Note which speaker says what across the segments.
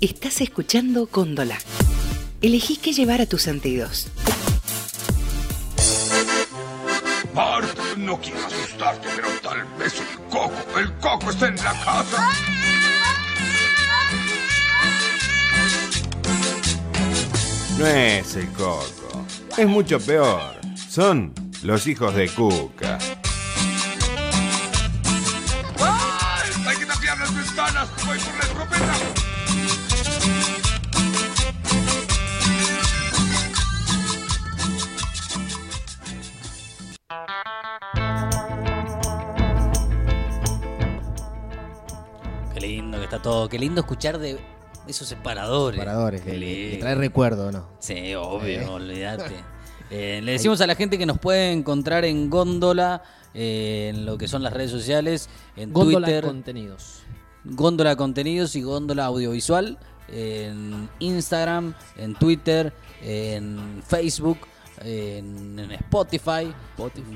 Speaker 1: Estás escuchando Cóndola. Elegí qué llevar a tus sentidos.
Speaker 2: Bart, no quiero asustarte, pero tal vez el coco, el coco está en la casa.
Speaker 3: No es el coco. Es mucho peor. Son los hijos de Cuca.
Speaker 2: ¡Ay! ¡Hay que tapiar las ventanas! ¡Voy por la escopeta!
Speaker 4: Qué lindo que está todo. Qué lindo escuchar de esos separadores.
Speaker 5: Paradores.
Speaker 4: Qué
Speaker 5: Le,
Speaker 4: lindo.
Speaker 5: le trae recuerdo, ¿no?
Speaker 4: Sí, obvio, olvídate. Eh, le decimos a la gente que nos puede encontrar en Góndola, eh, en lo que son las redes sociales, en
Speaker 6: Góndola
Speaker 4: Twitter,
Speaker 6: Contenidos.
Speaker 4: Góndola Contenidos y Góndola Audiovisual, en Instagram, en Twitter, en Facebook, en, en Spotify.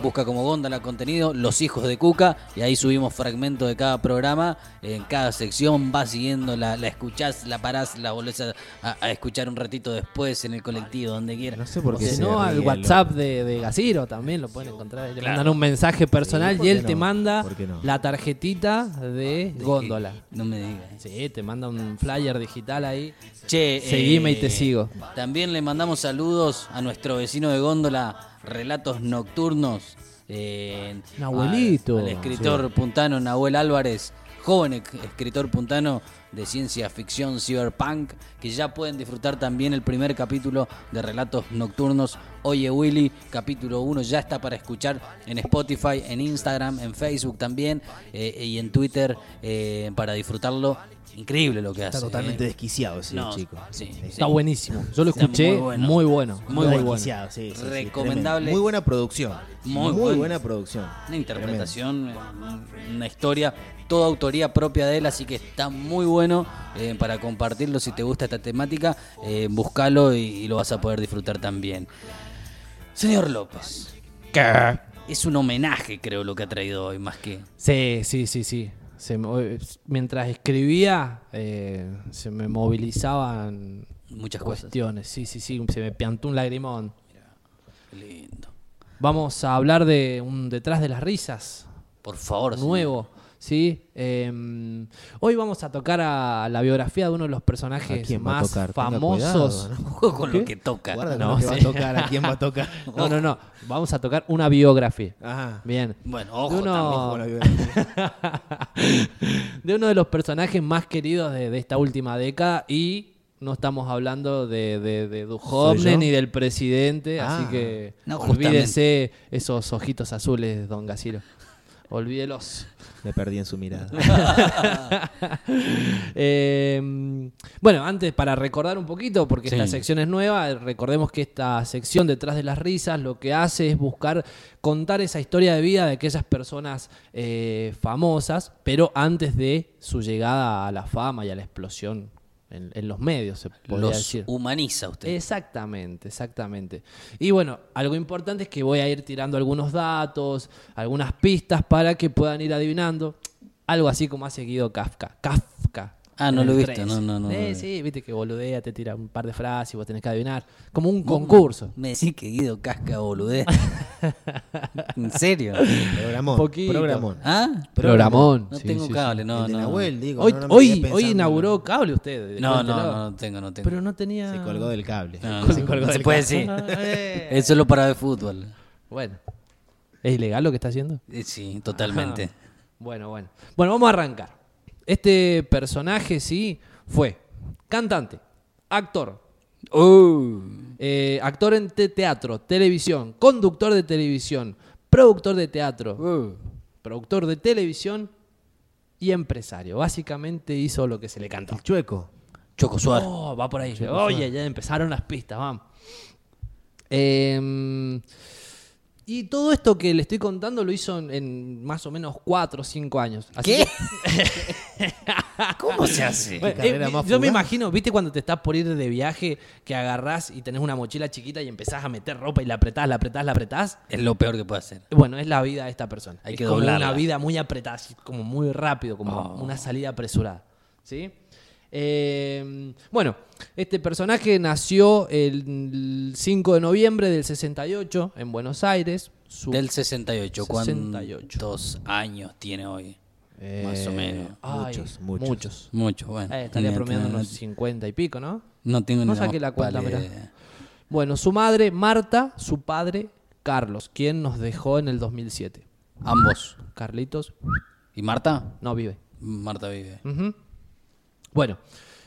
Speaker 4: Busca como Góndola Contenido, Los Hijos de Cuca, y ahí subimos fragmentos de cada programa, en cada sección, vas siguiendo, la, la escuchás, la parás, la volvés a, a- a escuchar un ratito después en el colectivo, donde quieras.
Speaker 5: No sé por
Speaker 6: O
Speaker 5: qué.
Speaker 6: si
Speaker 5: se
Speaker 6: no,
Speaker 5: ríe,
Speaker 6: al
Speaker 5: loco.
Speaker 6: WhatsApp de, de Gaciro también lo pueden encontrar. Le
Speaker 4: Claro.
Speaker 6: mandan un mensaje personal
Speaker 5: Sí, ¿por
Speaker 6: y
Speaker 5: qué
Speaker 6: él
Speaker 5: no?
Speaker 6: te manda
Speaker 5: ¿Por qué no?
Speaker 6: la tarjetita de Góndola.
Speaker 4: No me digas.
Speaker 6: Sí, te manda un flyer digital ahí.
Speaker 4: Che, eh,
Speaker 6: Seguime y te sigo.
Speaker 4: También le mandamos saludos a nuestro vecino de góndola, Relatos Nocturnos. eh,
Speaker 6: Nahuelito.
Speaker 4: Al, al escritor puntano Nahuel Álvarez, joven ex- escritor puntano de ciencia ficción cyberpunk, que ya pueden disfrutar también el primer capítulo de Relatos Nocturnos. Oye Willy, capítulo 1 ya está para escuchar en Spotify, en Instagram, en Facebook también eh, y en Twitter eh, para disfrutarlo. Increíble lo que hace.
Speaker 5: Está totalmente
Speaker 4: eh.
Speaker 5: desquiciado ese
Speaker 4: No,
Speaker 5: chico.
Speaker 4: sí, sí.
Speaker 6: Está buenísimo. Yo lo
Speaker 4: Está
Speaker 6: escuché.
Speaker 4: muy bueno.
Speaker 6: Muy bueno.
Speaker 4: Muy
Speaker 5: Está
Speaker 4: bueno.
Speaker 5: desquiciado, sí, sí, sí, tremendo.
Speaker 4: Recomendable.
Speaker 5: muy buena producción.
Speaker 4: Muy
Speaker 5: Muy,
Speaker 4: buen-
Speaker 5: buena producción.
Speaker 4: Una interpretación, eh, una historia, toda autoría propia de él, así que está muy bueno eh, para compartirlo. Si te gusta esta temática, eh, búscalo y, y lo vas a poder disfrutar también. Señor López,
Speaker 3: ¿Qué?
Speaker 4: es un homenaje, creo, lo que ha traído hoy, más que.
Speaker 6: Sí, sí, sí, sí. Se me- eh, mientras escribía, eh, se me movilizaban
Speaker 4: Muchas cosas.
Speaker 6: cuestiones. Sí, sí, sí. Se me piantó un lagrimón.
Speaker 4: Lindo.
Speaker 6: Vamos a hablar de un detrás de las risas.
Speaker 4: Por favor. señor.
Speaker 6: nuevo. ¿sí? Eh, hoy vamos a tocar a la biografía de uno de los
Speaker 5: ¿A
Speaker 6: personajes
Speaker 5: quién va a
Speaker 6: más
Speaker 5: tocar? Tenga cuidado,
Speaker 6: famosos.
Speaker 5: ¿no?
Speaker 4: Ojo con
Speaker 6: ¿Qué?
Speaker 4: lo que toca.
Speaker 5: Guarda con
Speaker 6: No,
Speaker 5: lo que va
Speaker 6: sí.
Speaker 5: a tocar, a quién va a tocar.
Speaker 6: No, no, no. Vamos a tocar una biografía.
Speaker 5: Ajá.
Speaker 6: Bien.
Speaker 4: Bueno, ojo
Speaker 6: de uno,
Speaker 5: Bueno, bien.
Speaker 6: de uno de los personajes más queridos de, de esta última década y no estamos hablando de, de, de
Speaker 5: ¿Soy
Speaker 6: Duhovne
Speaker 5: yo?
Speaker 6: ni del presidente,
Speaker 5: Ah.
Speaker 6: así que
Speaker 4: No,
Speaker 6: olvídese esos ojitos azules, don Gaciro. Olvídelos.
Speaker 5: Me perdí en su mirada.
Speaker 6: Eh, bueno, antes para recordar un poquito, porque
Speaker 4: Sí.
Speaker 6: esta sección es nueva, recordemos que esta sección detrás de las risas lo que hace es buscar contar esa historia de vida de aquellas personas eh, famosas, pero antes de su llegada a la fama y a la explosión en, en los medios, se podría
Speaker 4: Los
Speaker 6: decir.
Speaker 4: humaniza usted.
Speaker 6: Exactamente, exactamente. Y bueno, algo importante es que voy a ir tirando algunos datos, algunas pistas para que puedan ir adivinando. Algo así como ha seguido Kafka. Kafka.
Speaker 4: Ah, no
Speaker 6: en
Speaker 4: lo he
Speaker 6: el
Speaker 4: visto,
Speaker 6: 13.
Speaker 4: no, no, no, no lo
Speaker 6: Eh,
Speaker 4: vi.
Speaker 6: sí, viste que boludea, te tira un par de frases y vos tenés que adivinar. Como un concurso.
Speaker 4: Me decís que Guido casca boludez. ¿En serio?
Speaker 5: Programón.
Speaker 6: Poquito.
Speaker 5: Programón.
Speaker 4: ¿Ah?
Speaker 6: Programón.
Speaker 4: No
Speaker 6: sí,
Speaker 4: tengo
Speaker 6: sí, sí.
Speaker 4: cable, no,
Speaker 5: El de
Speaker 4: no.
Speaker 5: Nahuel, digo.
Speaker 6: hoy
Speaker 5: no, no me quedé
Speaker 6: hoy,
Speaker 5: pensando,
Speaker 6: hoy inauguró cable usted.
Speaker 4: No, no,
Speaker 6: cuéntelo.
Speaker 4: no, no tengo, no tengo.
Speaker 6: Pero no tenía.
Speaker 5: Se colgó del cable.
Speaker 4: No, no, no se puede decir. Es solo para ver fútbol.
Speaker 6: Bueno. ¿Es ilegal lo que está haciendo?
Speaker 4: Eh, Sí, totalmente.
Speaker 6: Bueno, bueno. Bueno, vamos a arrancar. Este personaje, sí, fue cantante, actor,
Speaker 4: Uh.
Speaker 6: eh, actor en te- teatro, televisión, conductor de televisión, productor de teatro,
Speaker 5: Uh.
Speaker 6: productor de televisión y empresario. Básicamente hizo lo que se le cantó.
Speaker 5: El chueco.
Speaker 4: Choco Suárez.
Speaker 6: Oh, va por ahí. Oye, ya empezaron las pistas, vamos. Em, y todo esto que le estoy contando lo hizo en, en más o menos 4 o 5 años. Así
Speaker 4: ¿Qué?
Speaker 6: que-
Speaker 4: ¿Cómo se hace?
Speaker 6: Bueno,
Speaker 5: carrera
Speaker 6: eh,
Speaker 5: más
Speaker 6: yo me
Speaker 5: fugaz.
Speaker 6: imagino, ¿viste cuando te estás por ir de viaje que agarrás y tenés una mochila chiquita y empezás a meter ropa y la apretás, la apretás, la apretás?
Speaker 4: Es lo peor que puede hacer.
Speaker 6: Bueno, es la vida de esta persona.
Speaker 4: Hay
Speaker 6: Es
Speaker 4: que
Speaker 6: como
Speaker 4: doblarla.
Speaker 6: una vida muy apretada, así, como muy rápido, como
Speaker 4: Oh.
Speaker 6: una salida apresurada. ¿Sí? Eh, bueno, este personaje nació el 5 de noviembre del 68 en Buenos Aires. Su-
Speaker 4: Del 68,
Speaker 6: 68.
Speaker 4: ¿cuántos años tiene hoy? Más o
Speaker 5: Eh,
Speaker 4: menos.
Speaker 6: Ay,
Speaker 5: Muchos, muchos.
Speaker 6: muchos.
Speaker 4: Mucho, bueno.
Speaker 6: Eh, estaría
Speaker 4: Tenía-
Speaker 6: promediando
Speaker 4: tenía-
Speaker 6: unos 50 y pico, ¿no?
Speaker 4: No tengo
Speaker 6: No
Speaker 4: ni la
Speaker 6: saqué la
Speaker 4: más
Speaker 6: cuenta,
Speaker 4: pálida
Speaker 6: mirá.
Speaker 4: idea.
Speaker 6: Bueno, su madre Marta, su padre Carlos, quien nos dejó en el 2007.
Speaker 4: Ambos.
Speaker 6: Carlitos
Speaker 4: ¿Y Marta?
Speaker 6: no vive.
Speaker 4: Marta vive.
Speaker 6: Ujú. Bueno,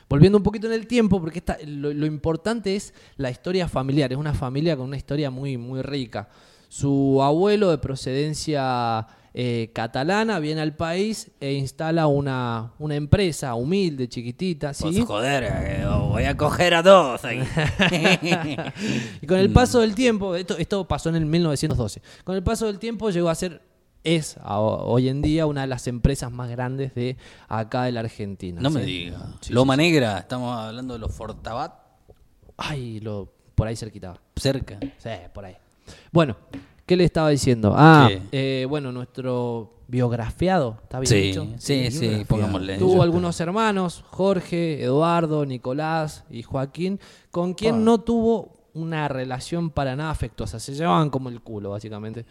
Speaker 6: volviendo un poquito en el tiempo, porque esta- lo, lo importante es la historia familiar. Es una familia con una historia muy, muy rica. Su abuelo de procedencia eh, catalana viene al país e instala una, una empresa humilde, chiquitita. ¿sí?
Speaker 4: Pues joder, eh, voy a coger a dos aquí.
Speaker 6: Y con el paso del tiempo, esto, esto pasó en el 1912, con el paso del tiempo llegó a ser, es a- hoy en día una de las empresas más grandes de acá de la Argentina.
Speaker 4: no
Speaker 6: ¿sí?
Speaker 4: me digas.
Speaker 6: Sí,
Speaker 4: Loma
Speaker 6: sí,
Speaker 4: Negra, estamos hablando de los Fortabat
Speaker 6: sí. Ay, lo, por ahí cerquita.
Speaker 4: cerca.
Speaker 6: Sí, por ahí. Bueno, ¿qué le estaba diciendo? Ah,
Speaker 4: Sí.
Speaker 6: eh, bueno, nuestro biografiado, ¿está bien
Speaker 4: Sí,
Speaker 6: dicho?
Speaker 4: sí, sí, pongámosle.
Speaker 6: Tuvo algunos hermanos, Jorge, Eduardo, Nicolás y Joaquín, con
Speaker 4: Ah.
Speaker 6: quien no tuvo una relación para nada afectuosa. Se llevaban como el culo, básicamente.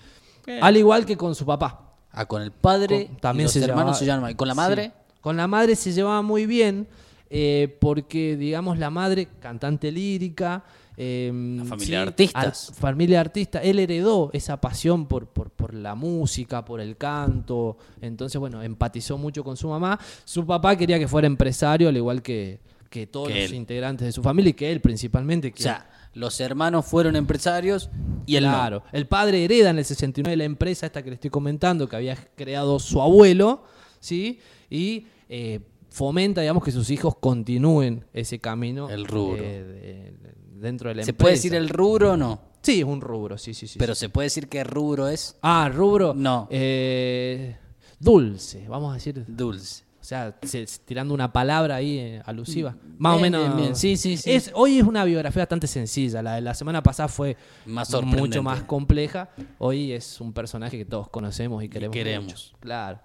Speaker 4: Eh.
Speaker 6: Al igual que con su papá.
Speaker 4: Ah, con el padre,
Speaker 6: Con- también
Speaker 4: y los
Speaker 6: se
Speaker 4: hermanos
Speaker 6: llevaba-
Speaker 4: se llaman. ¿Y con la
Speaker 6: Sí.
Speaker 4: madre?
Speaker 6: Con la madre se llevaba muy bien, eh, porque, digamos, la madre, cantante lírica. eh,
Speaker 4: La familia de artistas.
Speaker 6: ar- familia de artistas. Él heredó esa pasión por, por, por la música, por el canto. Entonces, bueno, empatizó mucho con su mamá. Su papá quería que fuera empresario, al igual que, que todos
Speaker 4: Que
Speaker 6: los
Speaker 4: él.
Speaker 6: integrantes de su familia y que él principalmente.
Speaker 4: O
Speaker 6: que-
Speaker 4: sea, los hermanos fueron empresarios y el
Speaker 6: Claro, el padre hereda en el 69 la empresa esta que le estoy comentando, que había creado su abuelo, ¿sí? Y eh, fomenta, digamos, que sus hijos continúen ese camino.
Speaker 4: El rubro.
Speaker 6: eh, de- dentro de la
Speaker 4: ¿Se
Speaker 6: empresa.
Speaker 4: puede decir el rubro o no?
Speaker 6: Sí, es un rubro, sí, sí, sí.
Speaker 4: Pero
Speaker 6: sí.
Speaker 4: se puede decir que rubro es
Speaker 6: Ah, rubro.
Speaker 4: No.
Speaker 6: eh, dulce, vamos a decir.
Speaker 4: dulce.
Speaker 6: O sea, se- se- tirando una palabra ahí eh, alusiva. Más
Speaker 4: Mm. Bien,
Speaker 6: o menos.
Speaker 4: bien, bien. Sí, sí, sí.
Speaker 6: Es, hoy es una biografía bastante sencilla. La de la semana pasada fue
Speaker 4: Más sorprendente.
Speaker 6: mucho más compleja. Hoy es un personaje que todos conocemos y queremos.
Speaker 4: queremos.
Speaker 6: mucho. Claro.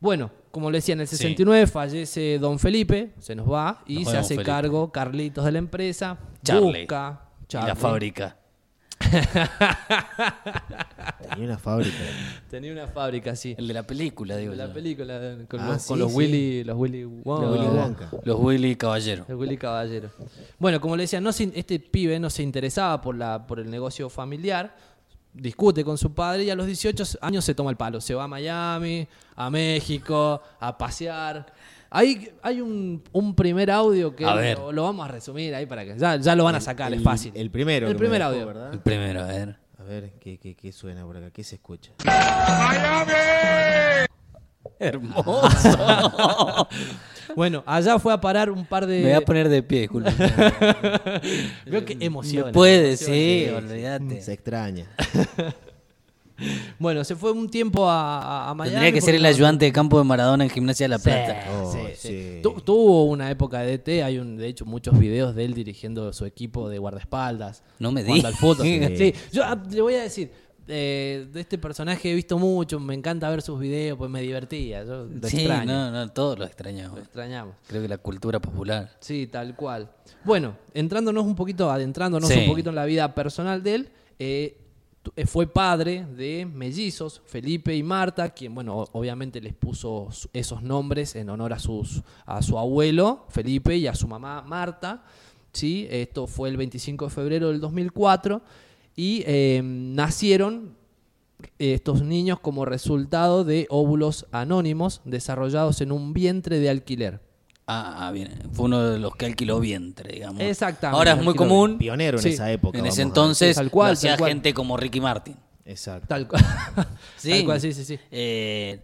Speaker 6: Bueno, como le decía, en el 69 fallece Don Felipe, se nos va, y
Speaker 4: Nos
Speaker 6: se
Speaker 4: vemos,
Speaker 6: hace
Speaker 4: Felipe.
Speaker 6: cargo Carlitos de la empresa.
Speaker 4: Charlie.
Speaker 6: Busca.
Speaker 4: Y la
Speaker 6: Charlie.
Speaker 4: fábrica.
Speaker 5: Tenía una fábrica.
Speaker 6: Tenía una fábrica, sí.
Speaker 4: El de la película, digo.
Speaker 6: La
Speaker 4: yo.
Speaker 6: película de- con,
Speaker 5: Ah,
Speaker 6: los,
Speaker 5: sí,
Speaker 6: con los
Speaker 5: sí.
Speaker 6: Willy, los Willy Wonka.
Speaker 5: Willy Wonka.
Speaker 4: Los Willy Caballero.
Speaker 6: El Willy Caballero. Bueno, como le decía, no se in- este pibe no se interesaba por, la, por el negocio familiar, discute con su padre y a los 18 años se toma el palo. Se va a Miami, a México, a pasear. Hay, hay un, un primer audio que
Speaker 4: A ver.
Speaker 6: lo, lo vamos a resumir ahí para que ya, ya lo van a sacar, es
Speaker 5: el-
Speaker 6: fácil.
Speaker 5: El primero.
Speaker 6: El
Speaker 5: que me
Speaker 6: primer
Speaker 5: dejó,
Speaker 6: audio.
Speaker 4: El
Speaker 5: ¿verdad?
Speaker 4: primero, a ver.
Speaker 5: A ver, ¿qué, qué, ¿qué suena por acá? ¿Qué se escucha?
Speaker 2: ¡Miami!
Speaker 4: Hermoso.
Speaker 6: Bueno, allá fue a parar un par de...
Speaker 4: Me voy a poner de pie, disculpa. No
Speaker 6: Veo que emociona.
Speaker 4: puede,
Speaker 6: emociona,
Speaker 4: sí,
Speaker 5: Se
Speaker 4: olvídate.
Speaker 5: extraña.
Speaker 6: Bueno, se fue un tiempo a, a- a Miami.
Speaker 4: Tendría que ser
Speaker 6: porque
Speaker 4: el ayudante de campo de Maradona en Gimnasia de la
Speaker 6: Sí,
Speaker 4: Plata.
Speaker 5: Oh,
Speaker 6: sí,
Speaker 5: sí.
Speaker 6: sí. Tu- tuvo una época de DT, hay un, de hecho muchos videos de él dirigiendo su equipo de guardaespaldas.
Speaker 4: No me
Speaker 6: jugando al
Speaker 4: digas.
Speaker 6: fútbol.
Speaker 5: Sí.
Speaker 6: Sí, Yo ah, le voy a decir, eh, de este personaje he visto mucho, me encanta ver sus videos, pues me divertía, yo lo
Speaker 4: Sí,
Speaker 6: extraño,
Speaker 4: no, no, todos lo extrañamos.
Speaker 6: lo extrañamos.
Speaker 4: Creo que la cultura popular.
Speaker 6: Sí, tal cual. Bueno, entrándonos un poquito, adentrándonos
Speaker 4: Sí.
Speaker 6: un poquito en la vida personal de él, eh, tu- eh, fue padre de mellizos, Felipe y Marta, quien, bueno, o- obviamente les puso su- esos nombres en honor a, sus, a su abuelo, Felipe, y a su mamá, Marta. ¿sí? Esto fue el 25 de febrero del 2004 y eh, nacieron eh, estos niños como resultado de óvulos anónimos desarrollados en un vientre de alquiler.
Speaker 4: Ah, ah, bien. Fue uno de los que alquiló vientre, digamos.
Speaker 6: Exactamente,
Speaker 4: Ahora es muy
Speaker 6: alquiló
Speaker 4: común.
Speaker 5: Pionero en
Speaker 6: Sí.
Speaker 5: esa época.
Speaker 4: en
Speaker 5: vamos
Speaker 4: ese
Speaker 5: a ver.
Speaker 4: entonces
Speaker 6: Sí, tal cual,
Speaker 4: lo hacía
Speaker 6: tal cual.
Speaker 4: gente como Ricky Martin.
Speaker 5: Exacto.
Speaker 6: Tal cual.
Speaker 4: Sí.
Speaker 6: Tal cual, sí, sí, sí.
Speaker 4: Eh,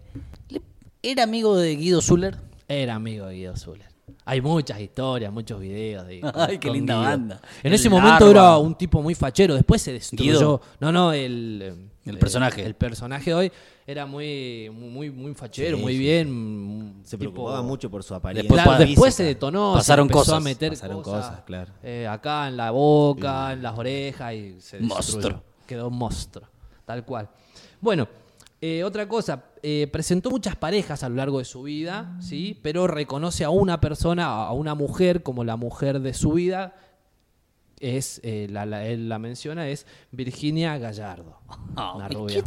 Speaker 4: le- era amigo de Guido Zuller.
Speaker 6: Era amigo de Guido Zuller. Hay muchas historias, muchos videos de
Speaker 4: Ay, qué linda banda.
Speaker 6: En
Speaker 4: El
Speaker 6: ese momento
Speaker 4: Larva.
Speaker 6: era un tipo muy fachero, después se destruyó.
Speaker 4: Guido.
Speaker 6: No, no, el, eh,
Speaker 4: El personaje.
Speaker 6: El personaje de hoy era muy muy muy fachero,
Speaker 5: Sí,
Speaker 6: muy
Speaker 5: sí,
Speaker 6: bien. un
Speaker 5: Se
Speaker 6: tipo-
Speaker 5: preocupaba mucho por su apariencia.
Speaker 6: Claro,
Speaker 4: Después pa-
Speaker 6: Después, se
Speaker 5: física.
Speaker 6: detonó,
Speaker 4: Pasaron
Speaker 6: se empezó a
Speaker 4: cosas.
Speaker 6: meter
Speaker 5: Pasaron
Speaker 6: cosas,
Speaker 5: cosas, claro.
Speaker 6: eh, acá en la boca, en las orejas y se destruyó.
Speaker 4: Monstruo.
Speaker 6: Quedó un monstruo, tal cual. Bueno, Eh, otra cosa, eh, presentó muchas parejas a lo largo de su vida, ¿sí? Pero reconoce a una persona, a una mujer, como la mujer de su vida. Es, eh, la, la- él la menciona, es Virginia Gallardo. una rubia.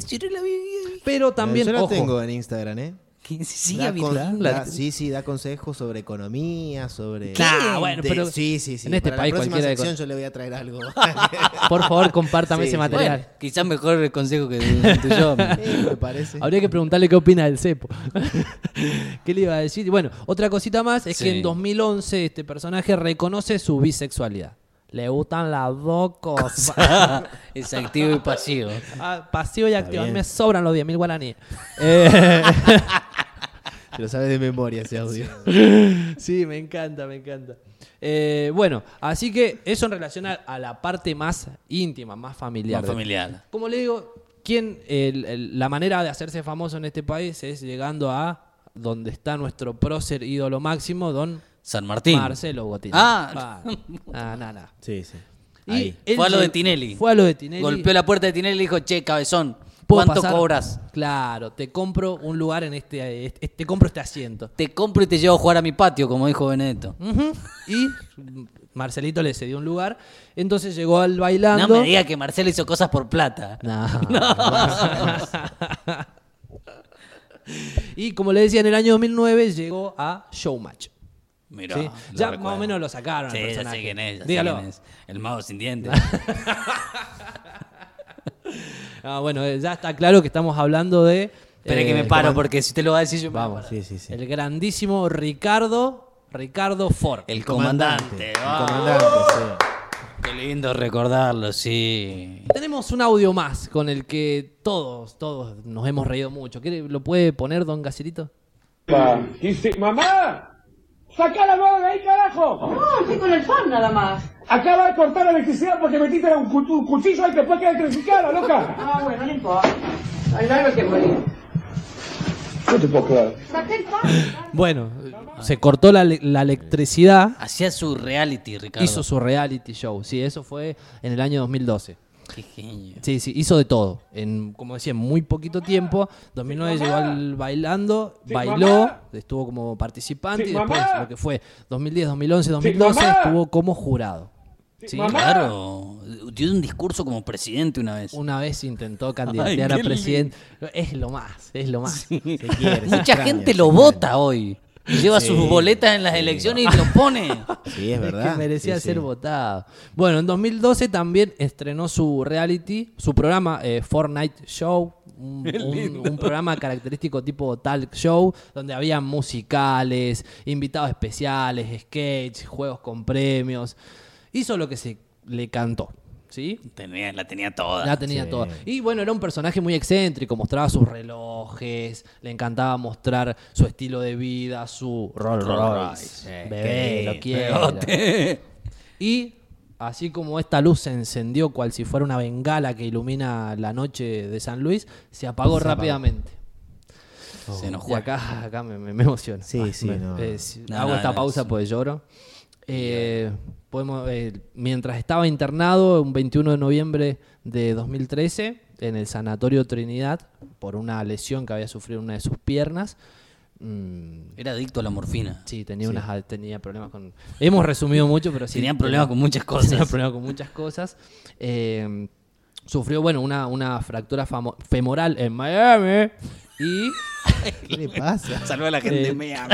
Speaker 6: Pero también,
Speaker 5: Yo la
Speaker 6: ojo,
Speaker 5: tengo en Instagram, ¿eh?
Speaker 4: Sí,
Speaker 5: Da con-
Speaker 4: habitual.
Speaker 5: da- sí, sí, da consejos sobre economía, sobre.
Speaker 6: Claro, bueno,
Speaker 5: de-
Speaker 6: pero
Speaker 5: sí, sí, sí.
Speaker 6: en este
Speaker 5: Para
Speaker 6: país
Speaker 5: la próxima
Speaker 6: cualquiera de
Speaker 5: sección
Speaker 6: cos-
Speaker 5: yo le voy a traer algo.
Speaker 6: por favor, compártame
Speaker 5: Sí,
Speaker 6: ese
Speaker 5: sí.
Speaker 6: material.
Speaker 4: Bueno, quizás mejor el consejo que el tuyo.
Speaker 5: Sí, me parece.
Speaker 6: Habría que preguntarle qué opina del cepo. ¿Qué le iba a decir? Bueno, otra cosita más es
Speaker 4: Sí.
Speaker 6: que en 2011 este personaje reconoce su bisexualidad. Le gustan las dos cosas.
Speaker 4: es activo y pasivo.
Speaker 6: Ah, pasivo y activo. A mí
Speaker 5: bien.
Speaker 6: me sobran los 10.000 guaraníes. Eh,
Speaker 5: Te lo sabes de memoria ese audio.
Speaker 6: sí, me encanta, me encanta. Eh, bueno, así que eso en relación a, a la parte más íntima, más familiar.
Speaker 4: Más
Speaker 6: de-
Speaker 4: familiar.
Speaker 6: Como le digo, ¿quién, el- el- la manera de hacerse famoso en este país es llegando a donde está nuestro prócer ídolo máximo, don
Speaker 4: San Martín.
Speaker 6: Marcelo Botín.
Speaker 4: Ah.
Speaker 6: Ah, nah, nah.
Speaker 5: Sí, sí.
Speaker 6: Y
Speaker 5: Ahí.
Speaker 6: él
Speaker 4: Fue a lo de
Speaker 6: llegó-
Speaker 4: Tinelli.
Speaker 6: Fue a lo de Tinelli.
Speaker 4: Golpeó la puerta de Tinelli y le dijo, che, cabezón,
Speaker 6: ¿Puedo
Speaker 4: ¿cuánto
Speaker 6: pasar?
Speaker 4: cobras?
Speaker 6: Claro, te compro un lugar en este, este- te compro este asiento.
Speaker 4: Te compro y te llevo a jugar a mi patio, como dijo Benedetto.
Speaker 6: Ujú. Y Marcelito le cedió un lugar. Entonces llegó al bailando.
Speaker 4: No me diga que Marcelo hizo cosas por plata.
Speaker 6: No. y como le decía, en el año 2009 llegó a Showmatch.
Speaker 4: Mirá,
Speaker 6: Sí.
Speaker 4: lo
Speaker 6: Ya
Speaker 4: recuerdo.
Speaker 6: más o menos lo sacaron al
Speaker 4: Sí, ya
Speaker 6: personaje.
Speaker 4: sé quién es. ya sé
Speaker 6: Dígalo.
Speaker 4: quién es. El mago sin dientes.
Speaker 6: Ah, bueno, eh, ya está claro que estamos hablando de.
Speaker 4: Espera
Speaker 6: eh,
Speaker 4: que me paro, porque si te lo va a decir yo me voy a
Speaker 6: Vamos.
Speaker 4: parar.
Speaker 5: Sí, sí, sí.
Speaker 6: El grandísimo Ricardo, Ricardo Ford.
Speaker 4: El comandante.
Speaker 5: El
Speaker 4: vamos.
Speaker 5: comandante, sí.
Speaker 4: Qué lindo recordarlo, sí.
Speaker 6: Tenemos un audio más con el que todos, todos nos hemos reído mucho. ¿Quiere- ¿Lo puede poner, don Gacerito?
Speaker 7: Dice, mamá, saca la mano de ahí, carajo.
Speaker 8: No, estoy con el fan nada más.
Speaker 7: Acaba de cortar la electricidad porque metiste un, cu- un cuchillo ahí que después queda electrificada, loca.
Speaker 8: Ah, bueno, no importa. Hay largo tiempo libre.
Speaker 7: No te puedo creer.
Speaker 8: Saca el fan.
Speaker 6: Bueno, se cortó la, le- la electricidad,
Speaker 4: Hacía su reality, Ricardo.
Speaker 6: hizo su reality show. Sí, eso fue en el año 2012.
Speaker 4: Qué genio.
Speaker 6: Sí, sí, hizo de todo. En, como decía, en muy poquito tiempo. 2009 llegó al bailando,
Speaker 7: Sí,
Speaker 6: bailó,
Speaker 7: mamá.
Speaker 6: estuvo como participante
Speaker 7: Sí,
Speaker 6: y después
Speaker 7: mamá.
Speaker 6: lo que fue 2010, 2011, 2012
Speaker 7: mamá.
Speaker 6: estuvo como jurado. Sí,
Speaker 7: mamá.
Speaker 4: Claro. Dio un discurso como presidente una vez.
Speaker 6: Una vez intentó candidatear
Speaker 4: qué
Speaker 6: a presidente. Es lo más, es lo más.
Speaker 5: Se quiere, se
Speaker 4: Mucha
Speaker 5: extraña,
Speaker 4: gente
Speaker 5: se
Speaker 4: lo
Speaker 5: extraña.
Speaker 4: vota hoy. Lleva sus boletas en las elecciones y lo pone.
Speaker 5: Sí, es verdad.
Speaker 6: Es que merecía
Speaker 5: Sí, sí.
Speaker 6: ser votado. Bueno, en 2012 también estrenó su reality, su programa eh, Fortnite Show, un, un- un programa característico tipo talk show, donde había musicales, invitados especiales, sketch, juegos con premios. Hizo lo que se le cantó, ¿sí?
Speaker 4: Tenía- la tenía toda.
Speaker 6: La tenía toda. Y bueno, era un personaje muy excéntrico, mostraba sus relojes, le encantaba mostrar su estilo de vida, su Rolls Royce.
Speaker 4: Eh,
Speaker 6: Bebé,
Speaker 4: qué
Speaker 6: lo quiero.
Speaker 4: pegote.
Speaker 6: Y así como esta luz se encendió cual si fuera una bengala que ilumina la noche de San Luis, se apagó rápidamente.
Speaker 4: Se nos
Speaker 6: Y acá, acá me, me- me emociona.
Speaker 5: Sí, sí,
Speaker 6: me-
Speaker 5: no.
Speaker 6: eh, si-
Speaker 4: No,
Speaker 6: hago
Speaker 4: no,
Speaker 6: esta
Speaker 4: no,
Speaker 6: pausa
Speaker 4: sí.
Speaker 6: porque lloro. Eh, podemos, eh, mientras estaba internado, un 21 de noviembre de 2013, en el Sanatorio Trinidad, por una lesión que había sufrido en una de sus piernas, mm,
Speaker 4: Era adicto a la morfina.
Speaker 6: sí, tenía, unas, tenía problemas con... Hemos resumido mucho, pero sí.
Speaker 4: Tenía problemas con muchas cosas.
Speaker 6: Tenía problemas con muchas cosas. Eh, sufrió, bueno, una, una fractura famo- femoral en Miami y...
Speaker 5: ¿Qué le pasa?
Speaker 4: Salvo a la gente
Speaker 6: Eh,
Speaker 4: mía.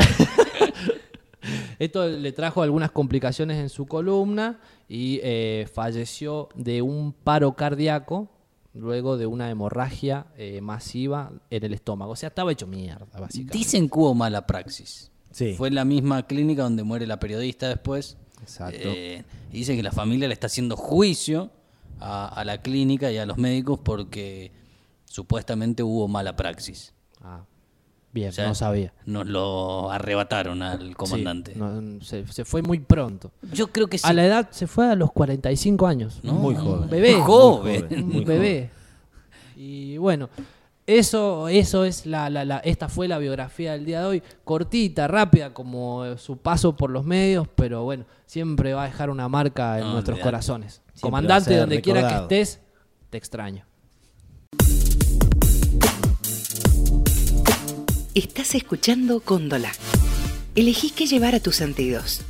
Speaker 6: Esto le trajo algunas complicaciones en su columna y eh, falleció de un paro cardíaco luego de una hemorragia eh, masiva en el estómago. O sea, estaba hecho mierda, básicamente.
Speaker 4: Dicen que hubo mala praxis.
Speaker 5: Sí.
Speaker 4: Fue en la misma clínica donde muere la periodista después.
Speaker 5: Exacto.
Speaker 4: Eh, dice que la familia le está haciendo juicio a, a la clínica y a los médicos porque supuestamente hubo mala praxis.
Speaker 6: Ah, bien,
Speaker 4: O sea,
Speaker 6: no sabía.
Speaker 4: Nos lo arrebataron al
Speaker 6: Sí,
Speaker 4: comandante.
Speaker 6: no, no, se, se fue muy pronto.
Speaker 4: Yo creo que sí.
Speaker 6: A la edad, se fue a los 45 años.
Speaker 4: No,
Speaker 5: Muy joven.
Speaker 6: Un bebé.
Speaker 4: Muy joven.
Speaker 6: Un bebé. Y bueno, eso, eso es la, la- la- esta fue la biografía del día de hoy. Cortita, rápida, como eh, su paso por los medios, pero bueno, siempre va a dejar una marca en
Speaker 4: No,
Speaker 6: nuestros
Speaker 4: olvidate.
Speaker 6: corazones.
Speaker 5: Siempre va
Speaker 6: Comandante,
Speaker 5: a ser
Speaker 6: donde quiera que
Speaker 5: recordado.
Speaker 6: estés, te extraño.
Speaker 1: Estás escuchando Cóndola. Elegí qué llevar a tus sentidos.